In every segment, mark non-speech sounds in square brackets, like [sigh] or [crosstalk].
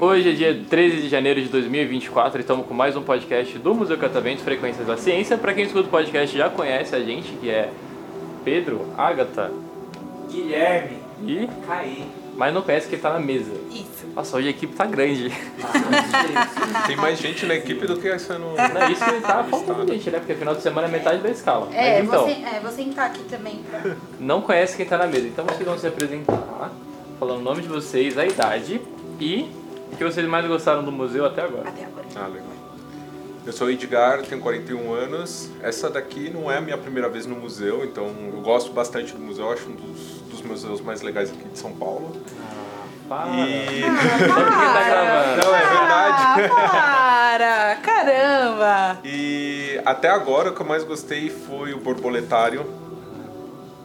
Hoje é dia 13 de janeiro de 2024 e estamos com mais um podcast do Museu Catavento Frequências da Ciência. Para quem escuta o podcast já conhece a gente, que é Pedro, Ágata Guilherme, e... Caí. Mas não conhece quem tá na mesa. Isso. Nossa, hoje a equipe [laughs] tá grande. Tem mais gente na equipe do que essa no. né? Não, isso que tá faltando gente, né? Porque final de semana é metade da escala. É, Mas, então, você, é, você que tá aqui também. Pra... não conhece quem tá na mesa. Então vocês vão se apresentar, falando o nome de vocês, a idade e o que vocês mais gostaram do museu até agora. Até agora. Ah, legal. Eu sou o Edgar, tenho 41 anos. Essa daqui não é a minha primeira vez no museu, então eu gosto bastante do museu, acho um dos, dos museus mais legais aqui de São Paulo. Para. E. Sabe quem tá gravando? Não, é Ah, verdade. Para! Caramba! E até agora o que eu mais gostei foi o borboletário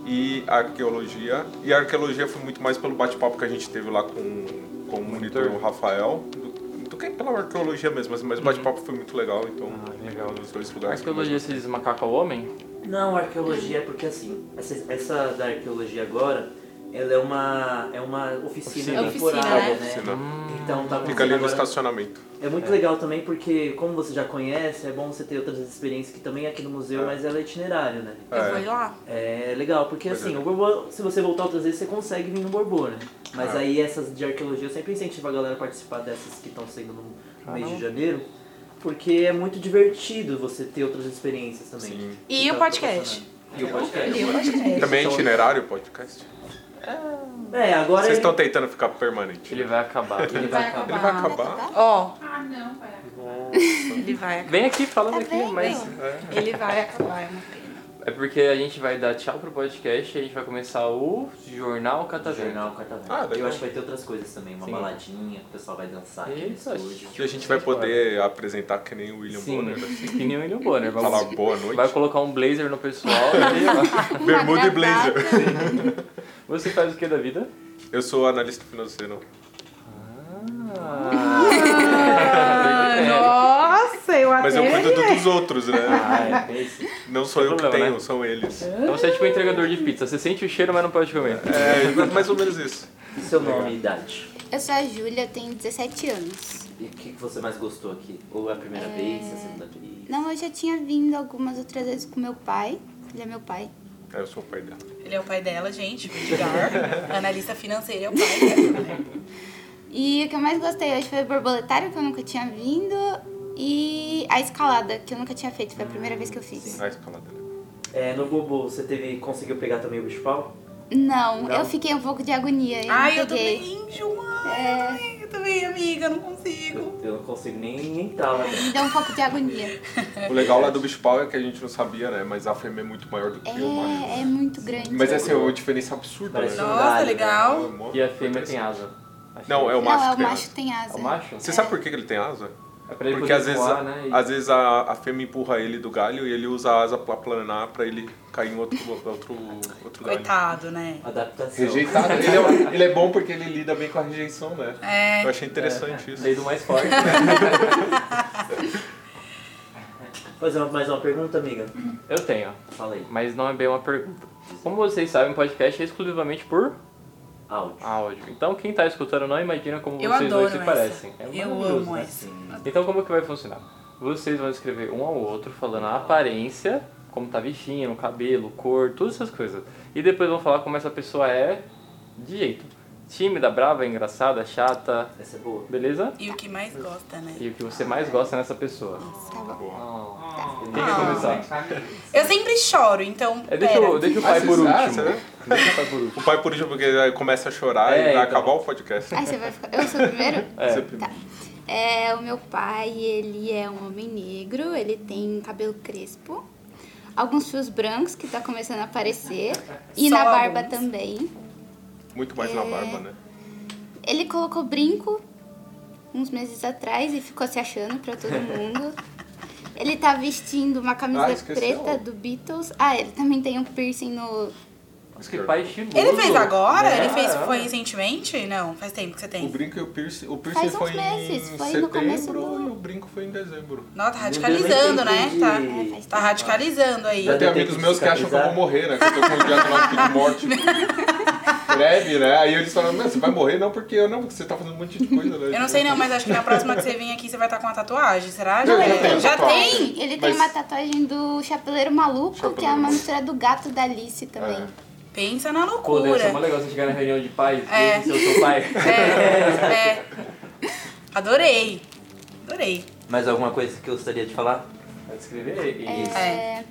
e a arqueologia. E a arqueologia foi muito mais pelo bate-papo que a gente teve lá com, com o monitor o Rafael. do- Do que pela arqueologia mesmo, mas- mas o bate-papo foi muito legal, então Uhum. Ah, legal. nos dois A lugares. arqueologia se diz macaco ao homem? Não, arqueologia é porque assim, essa, essa da arqueologia agora, ela é uma, é uma oficina, Oficina. temporária, Oficina. né? Então tá Fica ali acontecendo no agora- estacionamento. É muito legal também porque, como você já conhece, é bom você ter outras experiências que também é aqui no museu, mas ela é itinerário, né? Eu É. vou ir lá. É legal, porque Pois assim, é. o Borbô, se você voltar outras vezes, você consegue vir no Borbô, né? Mas É. aí essas de arqueologia, eu sempre incentivo a galera a participar dessas que estão sendo no mês de janeiro, porque é muito divertido você ter outras experiências também. Sim. E o podcast? E o podcast. Eu acho que é. Também é itinerário o podcast. É, agora Vocês ele, estão tentando ficar permanente. Ele vai acabar. ele vai Ah, Vai acabar. Ele vai acabar? Ó. Ah, não, Ele vai acabar. Vem aqui Tá falando aqui, vem, mas. Ele vai acabar, é uma pena. É porque a gente vai dar tchau pro podcast e a gente vai começar o Jornal O Catavento. jornal Catavento. Ah, legal. eu acho que vai ter outras coisas também, uma Sim. baladinha que o pessoal vai dançar aqui no Isso, estúdio. acho E a gente vai poder apresentar que nem o William Sim, Bonner. né? que nem o William Bonner. Vamos- Falar boa noite. [laughs] Vai colocar um blazer no pessoal. e- Bermuda e blazer. [laughs] Você faz o que da vida? Eu sou analista financeiro. Ah, Bem sério. Ah, Nossa, eu Mas eu até. cuido do- dos outros, né? Ah, é, tem esse. Não sou eu que problema, tenho, né? são eles. Então você é tipo um entregador de pizza. Você sente o cheiro, mas não pode comer. É, mais ou menos isso. E seu nome e idade? Eu sou a Júlia, tenho 17 anos. E o que que você mais gostou aqui? Ou é a primeira vez, a segunda vez? Não, eu já tinha vindo algumas outras vezes com meu pai. Ele é meu pai. É, eu sou o pai dela. Ele é o pai dela, gente, o [laughs] Edgar. Analista financeira é o pai dela. E o que eu mais gostei hoje foi o borboletário, que eu nunca tinha vindo, e a escalada, que eu nunca tinha feito, foi a primeira vez que eu fiz. A escalada. né? É, no Bobo, você teve, conseguiu pegar também o bicho pau? Não, Não? eu fiquei um pouco de agonia. Eu Ai, não eu peguei. também, João. É. Eu também, amiga, não consigo. Eu, eu não consigo nem, né? nem entrar lá dentro. Me deu um pouco de agonia. O legal lá do bicho pau é que a gente não sabia, né? Mas a fêmea é muito maior do que eu, macho. É, é muito grande. Mas essa é uma diferença absurda, Parece né? um Nossa, galho, legal. Mó- E a fêmea tem asa. Não, é o Não, macho é que o tem macho asa. tem É asa. o macho? Você sabe por que que ele tem asa? É pra ele Porque poder às vezes, voar, a, né? E- às vezes a, a fêmea empurra ele do galho e ele usa a asa pra planar pra ele cair em outro, outro, outro galho. Coitado, né? [laughs] Adaptação. Rejeitado. Ele é, ele é bom porque ele lida bem com a rejeição, né? É. Eu achei interessante isso. É, Lei do mais forte. né? [laughs] Fazer uma- mais uma pergunta, amiga? Eu tenho, Fala aí. mas não é bem uma pergunta. Como vocês sabem, o podcast é exclusivamente por Áudio. áudio. Então quem tá escutando não imagina como Eu vocês adoro dois se essa. parecem. É Eu maravilhoso, amo né? essa. Então como que vai funcionar? Vocês vão escrever um ao outro falando a aparência, como tá vestindo, cabelo, cor, todas essas coisas. E depois vão falar como essa pessoa é de jeito. Tímida, brava, engraçada, chata, Essa é boa. beleza? E o que mais gosta, né? E o que você mais gosta nessa pessoa. Tá bom. Quem Ah, quer começar? Eu sempre choro, então. É, deixa, pera. o, deixa o pai Ah, por vocês- ah, último. sério? Deixa o pai por último. O pai por isso porque aí começa a chorar É, e vai então. Tá. acabar o podcast. Aí você vai ficar. Eu sou o primeiro? Você primeiro. É, o meu pai, ele é um homem negro, ele tem cabelo crespo, alguns fios brancos que tá começando a aparecer, e Só na barba alguns. também. Muito mais na barba, né? Ele colocou brinco uns meses atrás e ficou se achando pra [laughs] todo mundo. Ele tá vestindo uma Ah, camisa esqueceu. preta do Beatles. Ah, ele também tem um piercing no. Mas que pai estiloso. Ele fez agora? É, Ele fez. é. Foi recentemente? Não, faz tempo que você O tem. brinco e o piercing. O piercing É. Faz foi uns em meses, foi no setembro começo do- e o brinco foi em dezembro. Nossa, tá radicalizando, né? Tá, É, faz tá radicalizando aí. Já Já tem tem amigos que meus que acham que eu vou cicatrizar. morrer, né? Que eu tô com o diagnóstico de morte. [laughs] Breve, né? Aí eles falam, "Não, você vai morrer não, porque eu não, porque você tá fazendo um monte de coisa, né? Eu não sei não, mas acho que na próxima que você vir aqui, você vai estar com uma tatuagem, será? Não, já tenho já um tatuagem. tem? Ele tem Mas- uma tatuagem do Chapeleiro Maluco, que é Chapeleiro É. uma Maluco. mistura do gato da Alice também. Pensa na Pô, deve ser mó loucura. legal você chegar na reunião de pais É. e se eu sou pai. [laughs] É, [laughs] é. Adorei. Adorei. Mais alguma coisa que eu gostaria de falar? Vai descrever e É,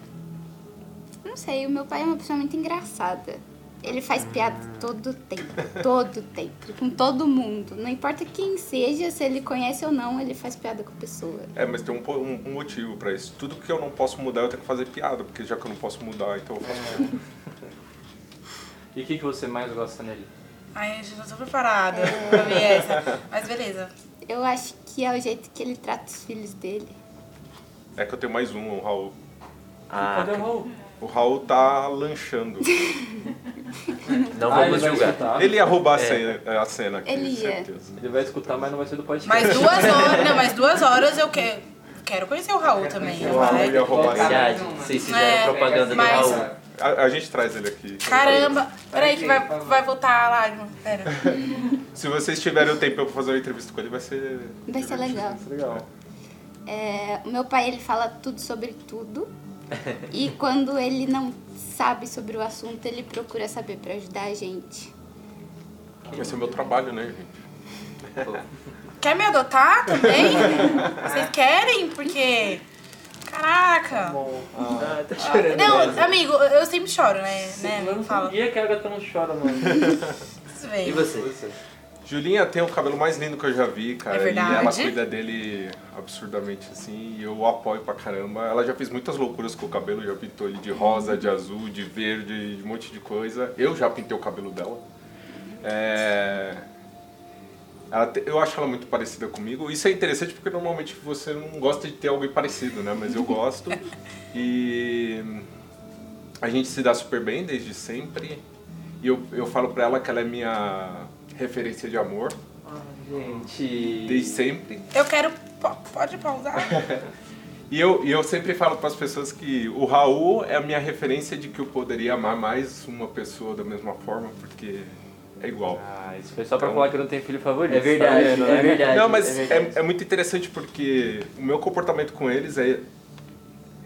Não sei, o meu pai é uma pessoa muito engraçada. Ele faz piada todo tempo, todo tempo, com todo mundo. Não importa quem seja, se ele conhece ou não, ele faz piada com a pessoa. É, mas tem um, po- um- um motivo pra isso. Tudo que eu não posso mudar, eu tenho que fazer piada, porque já que eu não posso mudar, então eu faço piada. e o que, que você mais gosta nele? Ai, gente, não tô preparada pra ver essa. Mas beleza. Eu acho que é o jeito que ele trata os filhos dele. É que eu tenho mais um, o Raul. Ah, Cadê o Raul? O Raul tá [laughs] lanchando. não Ah, ele vamos vai julgar. escutar. Ele... Ele ia roubar a cena, é, a cena aqui, Ele ia. certeza. vai escutar, mas não vai ser do podcast. Mais duas horas. Não, mais duas horas eu quero. Quero conhecer o Raul também. O Raul ia roubar a cena. Verdade, vocês fizeram É, propaganda do mas- é. Raul. A, a gente traz ele aqui. Caramba. Peraí que tá vai, vai voltar a lágrima. Pera. Se vocês tiverem o tempo pra fazer uma entrevista com ele, vai ser. Vai ser legal. Legal. É, o meu pai, ele fala tudo sobre tudo. e quando ele não sabe sobre o assunto, ele procura saber pra ajudar a gente. Vai ser o meu trabalho, né, gente? Quer me adotar também? Vocês querem? Porque. Caraca! Ah, tá chorando. Não, né? amigo, eu sempre choro, né? né? amigo? Fala. E a que a gata não chora, mano. Isso vem. E você? Julinha tem o cabelo mais lindo que eu já vi, cara. É verdade. E ela cuida dele absurdamente assim. E eu apoio pra caramba. Ela já fez muitas loucuras com o cabelo, já pintou ele de rosa, de azul, de verde, de um monte de coisa. Eu já pintei o cabelo dela. É. ela te- Eu acho ela muito parecida comigo. Isso é interessante porque normalmente você não gosta de ter alguém parecido, né? Mas [laughs] eu gosto. E a gente se dá super bem desde sempre. E eu, eu falo pra ela que ela é minha referência de amor Gente. desde sempre. Eu quero. po- Pode pausar? E eu, e eu sempre falo pras pessoas que o Raul é a minha referência de que eu poderia amar mais uma pessoa da mesma forma, porque é igual. Ah, isso foi só pra falar que eu não tenho filho favorito. É verdade, tá vendo, é né? verdade. Não, mas é é, verdade. é muito interessante porque o meu comportamento com eles é.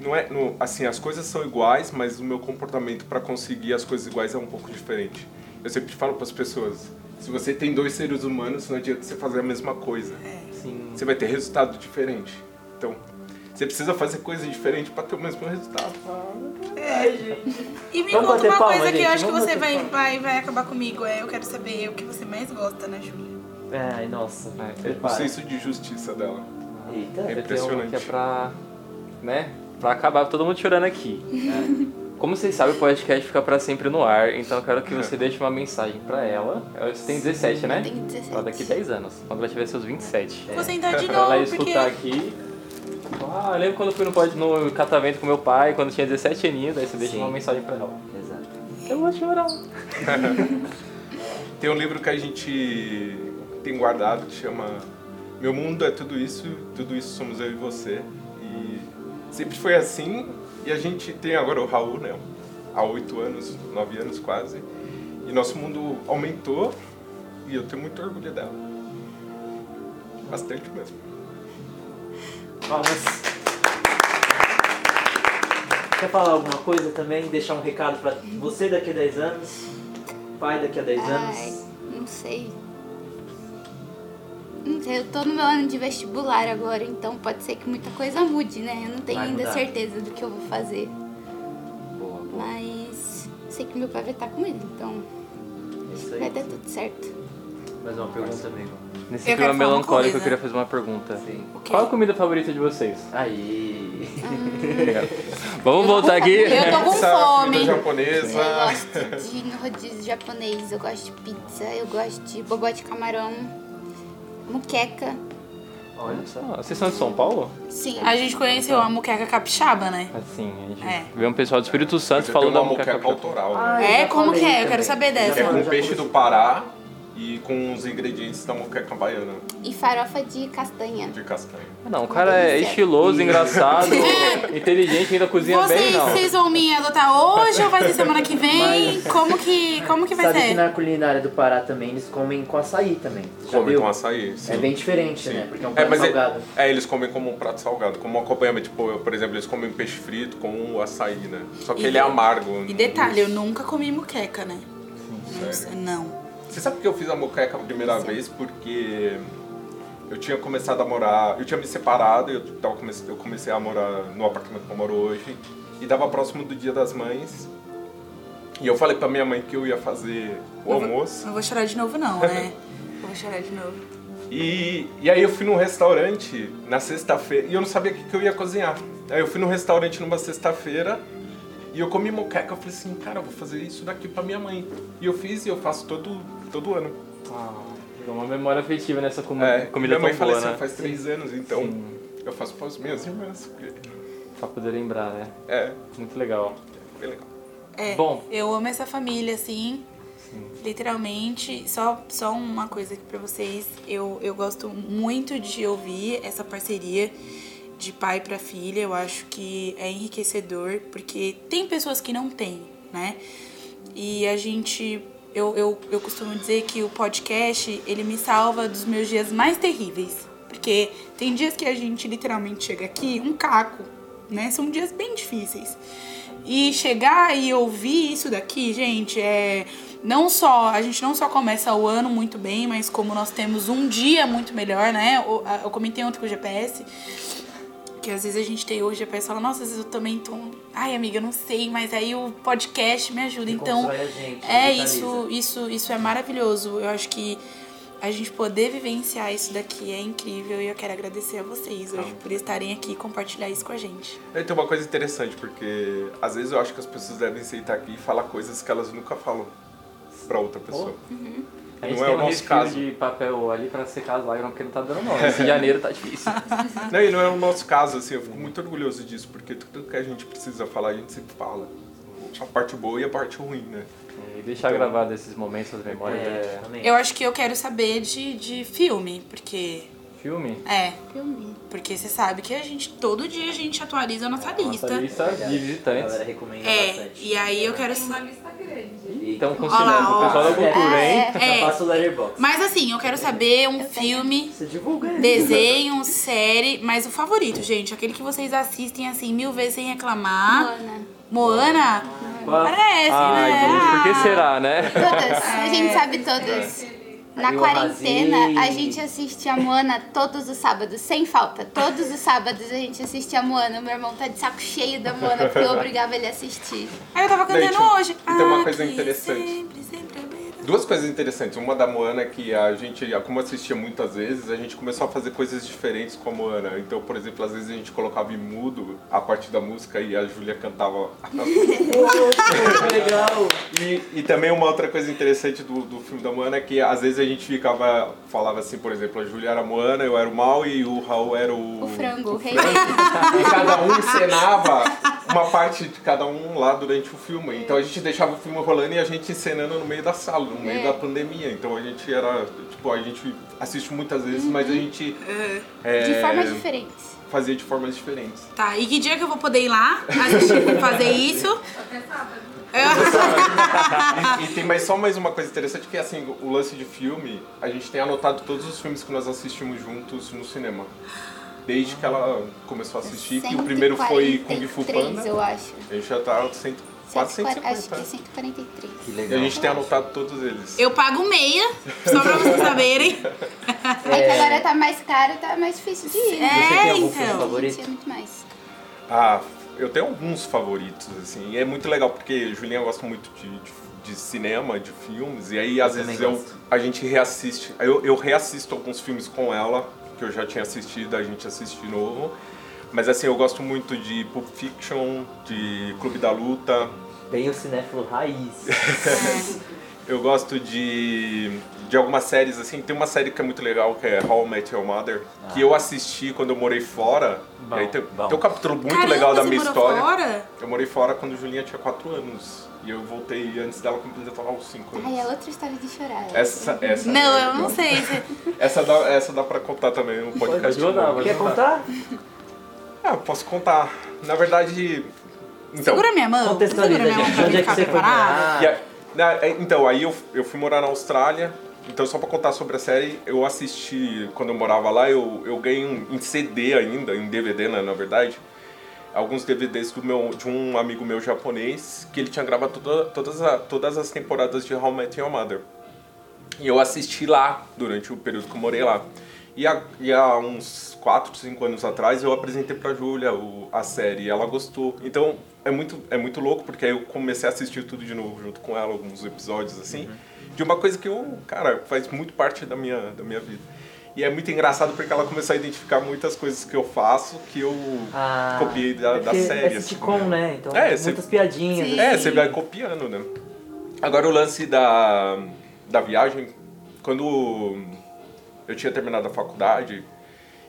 Não é não- assim, as coisas são iguais, mas o meu comportamento pra conseguir as coisas iguais é um pouco diferente. Eu sempre falo pras pessoas: se você tem dois seres humanos, não adianta você fazer a mesma coisa. Sim. Você vai ter resultado diferente. Então, você precisa fazer coisa diferente pra ter o mesmo resultado. E me Vamos conta bater uma palma, coisa que eu gente, acho que vamos você bater vai, palma. vai, vai acabar comigo. É, eu quero saber o que você mais gosta, né, Júlia? Ai, nossa. É, O Prepara. senso de justiça dela. Eita. Eu tenho uma que é Impressionante. pra. né? Pra acabar todo mundo chorando aqui. É. Como vocês sabem, o podcast fica pra sempre no ar, então eu quero que você deixe uma mensagem pra ela. Ela tem 17, né? Tem 17. Ela daqui 10 anos, quando ela tiver seus 27. É. Vou [laughs] sentar é de Pra ela novo, porque. escutar aqui. Ah, eu lembro quando eu fui no, pod, no catavento com meu pai, quando eu tinha 17 aninhos, daí você deixa Sim. uma mensagem pra ela. Exato. Eu vou chorar. Tem um livro que a gente tem guardado que chama Meu Mundo é Tudo Isso, Tudo Isso Somos Eu e Você. E sempre foi assim. E a gente tem agora o Raul, né? Há oito anos, nove anos quase. E nosso mundo aumentou. E eu tenho muito orgulho dela. Bastante mesmo. Palmas. Quer falar alguma coisa também? Deixar um recado pra você daqui a 10 anos? Pai daqui a 10 Ai, anos? não sei. Não sei, eu tô no meu ano de vestibular agora, então pode ser que muita coisa mude, né? Eu não tenho Vai ainda mudar. certeza do que eu vou fazer. Boa, boa. Mas sei que meu pai vai estar com ele, então É Isso vai aí. dar tudo certo. Mais uma pergunta, amigo. Nesse clima Eu quero falar uma melancólico, eu coisa. queria fazer uma pergunta. Sim. O quê? Qual a comida favorita de vocês? [laughs] [laughs] Aí. Vamos voltar aqui. [laughs] Eu tô com [laughs] Essa fome. comida japonesa. Eu gosto de [laughs] no rodízio japonês, eu gosto de pizza, eu gosto de bobó de camarão, muqueca. Olha só. Ah, Vocês são de São Paulo? Sim. A gente conheceu a muqueca capixaba, né? Assim, a gente É. vê um pessoal do Espírito Santo Você falando tem da uma muqueca moqueca capixaba. autoral, né? Ah, eu É, já como falei que é? Eu também. quero saber Já Que é dessa. falei. com peixe do Pará e com os ingredientes da moqueca baiana E farofa de castanha. de castanha. Não, o cara é estiloso, engraçado, inteligente, ainda cozinha bem, Vocês, não. vocês vão me adotar hoje ou vai ser semana [laughs] que vem? Como que, como que vai Sabe ser? que na culinária do Pará também eles comem com açaí também. Você Já Comem viu? com açaí, sim. É bem diferente, né? Porque é um prato mas é- salgado. É, eles comem como um prato salgado, como um acompanhamento. Tipo, por exemplo, eles comem peixe frito com o açaí, né? Só que E ele é de- amargo. E detalhe, eu nunca comi muqueca, né? Não sério? sei- Não. Você sabe que eu fiz a moqueca a primeira vez porque eu tinha começado a morar, eu tinha me separado, eu, tava come- eu comecei a morar no apartamento que eu moro hoje e tava próximo do Dia das Mães. E eu falei pra minha mãe que eu ia fazer o Não vou- almoço. Não vou chorar de novo, [laughs] não, né? Não vou chorar de novo. E, e aí eu fui num restaurante na sexta-feira e eu não sabia o que, que eu ia cozinhar. Aí eu fui num restaurante numa sexta-feira e eu comi moqueca. Eu falei assim, cara, eu vou fazer isso daqui pra minha mãe. E eu fiz e eu faço todo, todo ano. Ah, tem uma memória afetiva nessa comi- É, comida minha mãe tão boa, faleceu né? faz três anos, então Sim, eu faço para as minhas irmãs. porque- pra poder lembrar, né? É, Muito legal. bem legal. É, Bom. Eu amo essa família, assim. Sim. Literalmente, só, só uma coisa aqui pra vocês. Eu, eu gosto muito de ouvir essa parceria de pai pra filha. Eu acho que é enriquecedor, porque tem pessoas que não têm, né? E a gente. Eu, eu, eu costumo dizer que o podcast, ele me salva dos meus dias mais terríveis. Porque tem dias que a gente literalmente chega aqui, um caco, né? São dias bem difíceis. E chegar e ouvir isso daqui, gente, é não só a gente não só começa o ano muito bem, mas como nós temos um dia muito melhor, né? O- a- Eu comentei ontem com o GPS que às vezes a gente tem hoje, a pessoa fala, nossa, às vezes eu também tô. Ai, amiga, eu não sei, mas aí o podcast me ajuda. Que então, constrói a gente, tá é vitaliza. isso, isso, isso é maravilhoso. Eu acho que a gente poder vivenciar isso daqui é incrível e eu quero agradecer a vocês hoje por estarem aqui e compartilhar isso com a gente. Aí tem uma coisa interessante, porque às vezes eu acho que as pessoas devem sentar aqui e falar coisas que elas nunca falam pra outra pessoa. A gente Não é tem o um nosso refil caso. de papel ali pra secar as lágrimas, porque não tá dando não. Esse janeiro tá [laughs] difícil. Não, e não é o nosso caso, assim, eu fico muito orgulhoso disso, porque tudo que a gente precisa falar, a gente sempre fala. A parte boa e a parte ruim, né? E É, deixar Então- gravado esses momentos, essas memórias. É, É... também. Eu acho que eu quero saber de, de filme, porque. Filme? É, Filme. porque você sabe que a gente, todo dia a gente atualiza a nossa lista. Nossa lista de A galera visitantes. recomenda É, bastante. e aí eu quero saber. E- Então com Olha lá, cinema, o ó. pessoal da cultura, hein? É. Passa o letterbox. Mas assim, eu quero saber um filme, Você divulga aí. desenho, série, mas o favorito, gente, aquele que vocês assistem assim mil vezes sem reclamar. Moana. Moana? Qual- Parece, Ai, né? gente, Ah, por que será, né? Todas. É. A gente sabe todas. Na E o quarentena, a Razinho. gente assiste a Moana todos os sábados, sem falta. Todos os sábados a gente assiste a Moana. Meu irmão tá de saco cheio da Moana, porque eu obrigava ele a assistir. Aí eu tava Daí, cantando tipo, hoje. e tem uma coisa Aqui interessante. sempre, sempre é à beira. Duas coisas interessantes. Uma da Moana é que a gente, como assistia muitas vezes, a gente começou a fazer coisas diferentes com a Moana. Então, por exemplo, às vezes a gente colocava em mudo a parte da música e a Júlia cantava. Pô, que legal. e, e também uma outra coisa interessante do, do filme da Moana é que às vezes a gente ficava, falava assim, por exemplo, a Júlia era a Moana, eu era o mal e o Raul era o. O frango, o rei. E cada um encenava uma parte de cada um lá durante o filme. Então a gente deixava o filme rolando e a gente encenando no meio da sala, no meio É. da pandemia. Então a gente era, tipo, a gente assiste muitas vezes, mas a Uhum. gente é, De formas diferentes. fazia de formas diferentes. Tá, e que dia que eu vou poder ir lá assistir, fazer isso? E tem mais só mais uma coisa interessante que é assim, o lance de filme, a gente tem anotado todos os filmes que nós assistimos juntos no cinema. Desde que ela começou a assistir, que o primeiro foi Kung Fu 143, Panda. eu acho. A gente já tá cento, quase 140, acho que 150. é 143. Que E a legal. gente tem anotado todos eles. Eu pago meia, só pra vocês saberem. Aí é? que agora tá mais caro, tá mais difícil de ir. né? É, Você tem algum então. filme favorito? Tinha muito mais. Ah, eu tenho alguns favoritos, assim. E é muito legal, porque Julinha gosta muito de, de, de cinema, de filmes. E aí, às também vezes, eu, gosto. a gente reassiste. Eu, eu reassisto alguns filmes com ela, que eu já tinha assistido, a gente assiste de novo. Mas, assim, eu gosto muito de Pulp Fiction, de Clube da Luta. Bem o cinéfilo raiz. Eu gosto de de algumas séries, assim, tem uma série que é muito legal, que é How I Met Your Mother, que eu assisti quando eu morei fora. Bom, E aí tem, bom. tem um capítulo muito Caramba, legal da você minha morou história. fora? Eu morei fora quando Julinha tinha 4 anos. E eu voltei antes dela completar os 5 anos. Ai, é outra história de chorar. Essa, essa. é é Não, eu não sei. Essa dá, essa dá pra contar também no Pode podcast. mandar, novo. vai. Quer contar? Ah, eu posso contar. Na verdade. Então, Segura minha mão. Segura Contextualiza, minha mão gente. pra Onde mim é que ficar você foi preparada. morar? e a- na- é, então, aí eu, eu fui morar na Austrália. Então, só pra contar sobre a série, eu assisti quando eu morava lá, eu, eu ganhei um, em CD ainda, em DVD, né, na verdade. Alguns DVDs do meu, de um amigo meu japonês, que ele tinha gravado toda- todas, a- todas as temporadas de How I Met Your Mother. E eu assisti lá durante o período que eu morei lá. E há, e há uns 4, 5 anos atrás eu apresentei pra Júlia o- a série e ela gostou. Então é muito, é muito louco porque aí eu comecei a assistir tudo de novo junto com ela, alguns episódios assim, Uhum. de uma coisa que eu, cara, faz muito parte da minha, da minha vida. E é muito engraçado porque ela começou a identificar muitas coisas que eu faço que eu Ah, copiei da, é da porque série. É assim, sitcom, né? Então, É, tem você- muitas piadinhas. assim. Sim. é, você vai copiando, né? Agora o lance da, da viagem, quando eu tinha terminado a faculdade,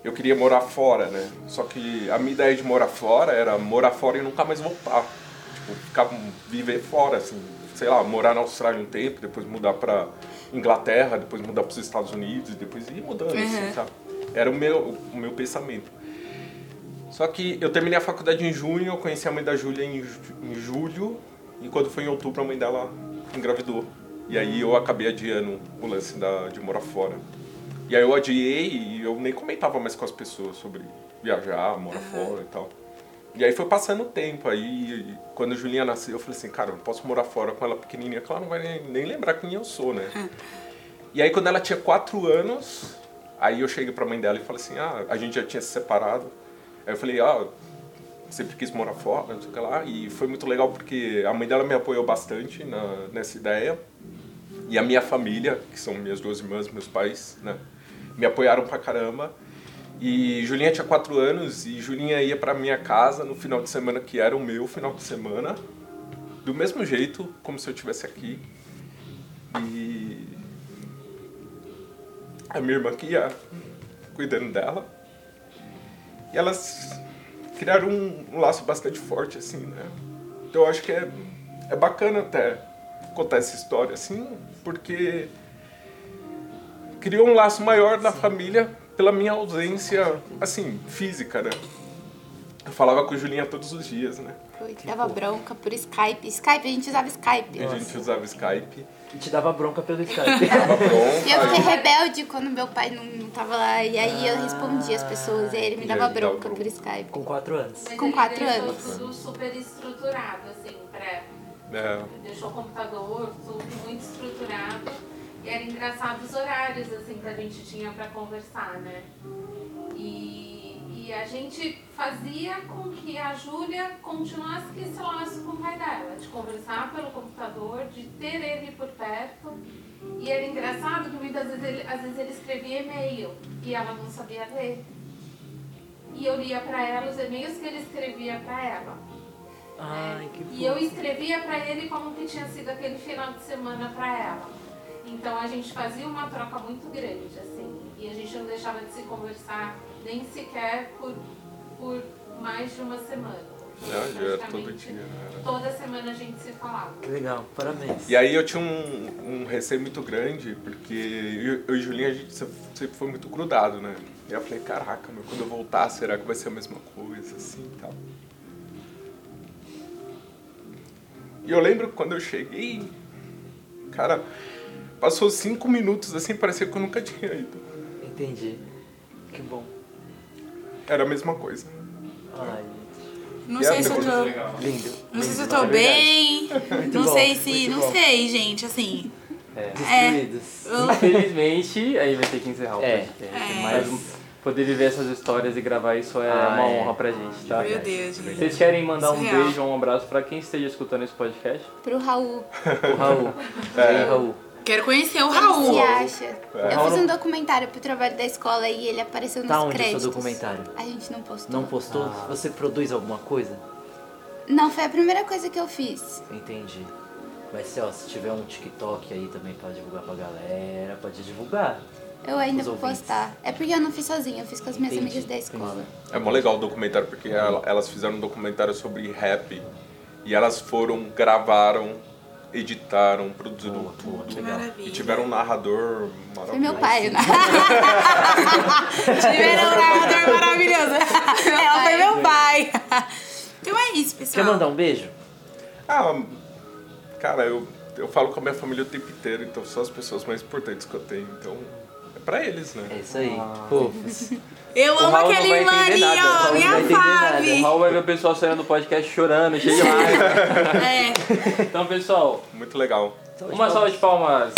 eu queria morar fora, né? Só que a minha ideia de morar fora era morar fora e nunca mais voltar. Tipo, ficar, viver fora, assim. Sei lá, morar na Austrália um tempo, depois mudar pra Inglaterra, depois mudar pros Estados Unidos, depois ir mudando, assim, Uhum. sabe? Era o meu, o meu pensamento. Só que eu terminei a faculdade em junho, eu conheci a mãe da Júlia em, ju- em julho, e quando foi em outubro a mãe dela engravidou. E aí eu acabei adiando o lance da, de morar fora. E aí eu adiei e eu nem comentava mais com as pessoas sobre viajar, morar fora e tal. E aí foi passando o tempo, aí quando a Julinha nasceu, eu falei assim, cara, eu não posso morar fora com ela pequenininha, que ela não vai nem, nem lembrar quem eu sou, né? E aí quando ela tinha 4 anos, aí eu cheguei pra mãe dela e falei assim, ah, a gente já tinha se separado. Aí eu falei, ah, sempre quis morar fora, não sei o que lá. E foi muito legal porque a mãe dela me apoiou bastante na, nessa ideia. E a minha família, que são minhas duas irmãs, meus pais, né? Me apoiaram pra caramba. E Julinha tinha quatro anos e Julinha ia pra minha casa no final de semana, que era o meu final de semana. Do mesmo jeito, como se eu estivesse aqui. E... A minha irmã que ia cuidando dela. E elas criaram um, um laço bastante forte, assim, né? Então eu acho que é, é bacana até contar essa história, assim, porque criou um laço maior na família pela minha ausência, assim, física, né? Eu falava com Julinha todos os dias, né? Foi, dava bronca por Skype. Skype, a gente usava Skype. E a gente usava Skype. E te dava bronca pelo [laughs] Skype. Tava E eu bom. fiquei rebelde quando meu pai não, não tava lá. E aí eu respondia as pessoas. E aí ele me E dava aí dava bronca bronca. por Skype. Com 4 anos. Mas Com ele quatro deixou anos. tudo super estruturado, assim, pra... É, Deixou o computador, tudo muito estruturado. E era engraçado os horários, assim, que a gente tinha pra conversar, né? E, e a gente fazia com que a Júlia continuasse com esse laço com o pai dela, de conversar pelo computador, de ter ele por perto. E era engraçado que muitas vezes ele, às vezes ele escrevia e-mail e ela não sabia ler. E eu lia pra ela os e-mails que ele escrevia pra ela. Ai, que E eu escrevia pra ele como que tinha sido aquele final de semana pra ela. Então a gente fazia uma troca muito grande, assim. E a gente não deixava de se conversar nem sequer por, por mais de uma semana. não, já era todo Praticamente, dia, né? Toda semana a gente se falava. Que legal, parabéns. E aí eu tinha um, um receio muito grande, porque eu, eu e Julinha, a gente se- sempre foi muito grudado, né? E eu falei, caraca, meu, quando eu voltar, será que vai ser a mesma coisa, assim, e tal. E eu lembro quando eu cheguei, cara, passou cinco minutos, assim, parecia que eu nunca [laughs] tinha ido. Entendi. Que bom. Era a mesma coisa. Ai, gente. Não E sei a se eu coisa tô. Legal. Lindo. Não sei se eu É tô verdade. bem. Muito Não bom, sei se. muito Não bom. sei, gente, assim. Destruídos. Infelizmente, aí vai ter que encerrar o É. podcast. Mas poder viver essas histórias e gravar isso é Ah, uma é. honra pra gente, tá? Meu Deus, gente. Vocês querem mandar um Surreal. beijo ou um abraço pra quem esteja escutando esse podcast? Pro Raul. é, O [laughs] Raul. É. E aí, Raul? Quero conhecer o Ele Raul. se acha. Eu Raul fiz um não- documentário pro trabalho da escola e ele apareceu nos Tá onde o créditos. seu documentário? A gente não postou. Não postou? Você produz alguma coisa? Não, foi a primeira coisa que eu fiz. Entendi. Mas ó, se tiver um TikTok aí também pra divulgar pra galera, pode divulgar. Eu ainda Os vou ouvintes. postar. É porque eu não fiz sozinha, eu fiz com as minhas Entendi, amigas da escola. É mó legal o documentário, porque ela- elas fizeram um documentário sobre rap e elas foram, gravaram, editaram, produziram Boa, tudo. boa, Que legal. maravilha. E tiveram um narrador Foi maravilhoso. meu pai, né? Tiveram um narrador maravilhoso. Ela foi meu pai. Então é isso, Quer pessoal. mandar um beijo? Ah, cara, eu, eu falo com a minha família o tempo inteiro, então são as pessoas mais importantes que eu tenho. Então é pra eles, É né? isso aí. Fofos. Eu amo Raul não aquela vai irmã ali, entender nada, o ó. Raul não vai Minha entender nada, O Fabi. Raul vai ver o pessoal saindo do podcast chorando, cheio de raiva. É. Então, pessoal, É. Muito legal. uma salva de palmas.